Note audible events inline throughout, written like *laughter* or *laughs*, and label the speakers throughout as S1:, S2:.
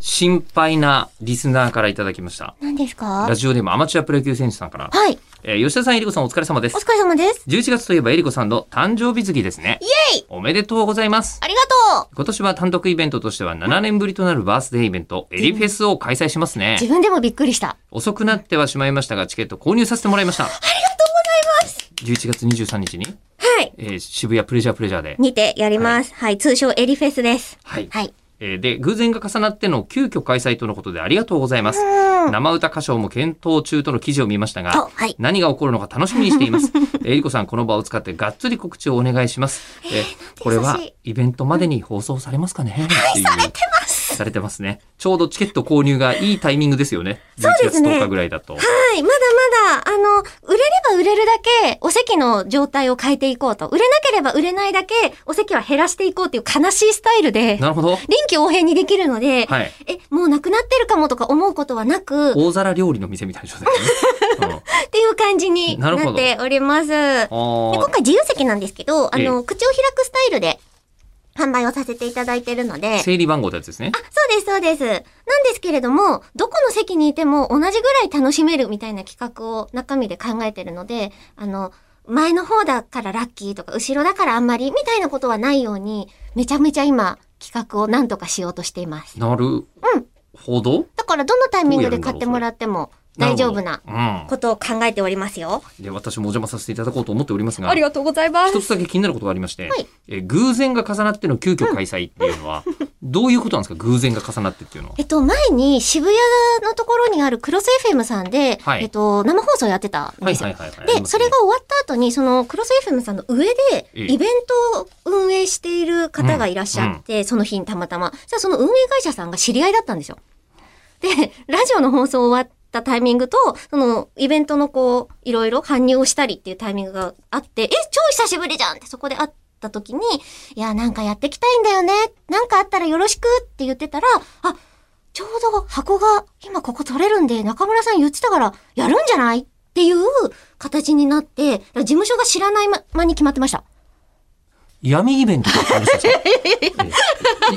S1: 心配なリスナーからいただきました。
S2: 何ですか
S1: ラジオでもアマチュアプロ野球選手さんから、
S2: はい。
S1: えー吉田さん、えりこさんお疲れ様で
S2: お
S1: す。
S2: 疲れ様です。
S1: 11月といえばえりこさんの誕生日月ですね。
S2: イエイ
S1: おめでとうございます。
S2: ありがとう
S1: 今年は単独イベントとしては7年ぶりとなるバースデーイベント、エリフェスを開催しますね
S2: 自。分でもびっくりした。
S1: 遅くなってはしまいましたが、チケット購入させてもらいました。ありがとうございます。11月23日に、
S2: はい。
S1: えー渋谷プレジャープレジャーで、
S2: にてやります。はい、通称エリフェスです。
S1: はい。
S2: はい。
S1: えーで、偶然が重なっての急遽開催とのことでありがとうございます。生歌歌唱も検討中との記事を見ましたが
S2: あ、はい
S1: 何が起こるのか楽しみにしてい
S2: *laughs*
S1: ます。えーえりこさん、この場を使ってがっつり告知をお願いします。えーこれは
S2: 優しい
S1: イベントまでに放送されますかねはい、されてます。されてますね。ちょうどチケット購入がいいタイミングですよね。11
S2: うで
S1: 月
S2: すね
S1: 10日ぐらいだと。
S2: はい、まだまだ、あの、売れれば売れるだけ、お席の状態を変えていこうと。売れなければ売れないだけ、お席は減らしていこうっていう悲しいスタイルで、
S1: なるほど。
S2: 臨機応変にできるので、
S1: はい。
S2: え、もうなくなってるかもとか思うことはなく、っ
S1: 大皿料理の店みたいな状態だね。
S2: ていう感じに
S1: な
S2: な
S1: るほど
S2: っております。で
S1: うん、あ
S2: 今
S1: ー
S2: 回自由席なんですけど、あ
S1: え
S2: の、口を開くスタイルで販売をさせていただいてるので、
S1: 整理番号ってやつですね
S2: あ。そうです、そうです。なんですけれども、どこの席にいても同じぐらい楽しめるみたいな企画を中身で考えてるので、あの、前の方だからラッキーとか、後ろだからあんまりみたいなことはないように、めちゃめちゃ今、企画を何とかしようとしています。
S1: なるほど。
S2: だからどのタイミングで買ってもらっても大丈夫な
S1: るほどうん。
S2: ことを考えておりますよ。
S1: で私もお邪魔させていただこうと思っておりますが
S2: ありがとうございます
S1: 一。つだけ気になることがありまして、
S2: はい
S1: えー偶然が重なっての急遽開催っていうのは、どういうことなんですか偶然が重なってっていうのは。
S2: えっと、前に渋谷のところにあるクロス FM さんで、
S1: はい
S2: えっと、生放送やってたん
S1: は
S2: で
S1: い
S2: すよ。
S1: はいはいはい。あり
S2: で、
S1: ます
S2: そ
S1: ね
S2: れが終わった後に、そのクロス FM さんの上で、
S1: ええ
S2: イベントを運営している方がいらっしゃって、その日にたまたま。じゃあその運営会社さんが知り合いだったんですよ。で、ラジオの放送終わったタイミングと、そのイベントのこう、いろいろ搬入をしたりっていうタイミングがあって、え、超久しぶりじゃんってそこで会った時に、いや、なんかやってきたいんだよね。なんかあったらよろしくって言ってたら、あ、ちょうど箱が今ここ取れるんで、中村さん言ってたから、やるんじゃないっていう形になって、だから事務所が知らないま間に決まってました。
S1: 闇イベントだったんですよ。えー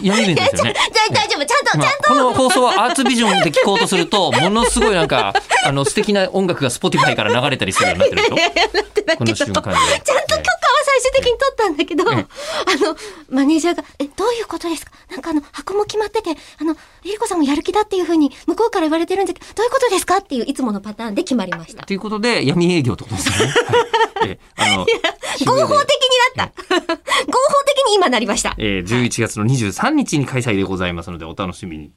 S1: 闇イベントですよね。
S2: じゃあ大丈夫、 *laughs* ちゃんと、
S1: まあ
S2: ちゃんと、
S1: この放送はアーツビジョンで聞こうとすると、ものすごいなん
S2: *laughs*
S1: か、あの、素敵な音楽が Spotify から流れたりするようになってるでしょこの瞬間で。
S2: ちゃんと許可は最終的に取ったんだけど、
S1: え
S2: あの、マネージャーが、え、どういうことですかなんかあの、箱も決まってて、あの、ゆりこさんもやる気だっていうふうに、向こうから言われてるんですけど、どういうことですかっていういつものパターンで決まりました。
S1: ということで、闇営業ってことですよね。はいえーあの、渋
S2: 合
S1: 谷で
S2: 法的になった。合法的に今なりました。
S1: えー、11月の23日に開催でございますので、お楽しみに。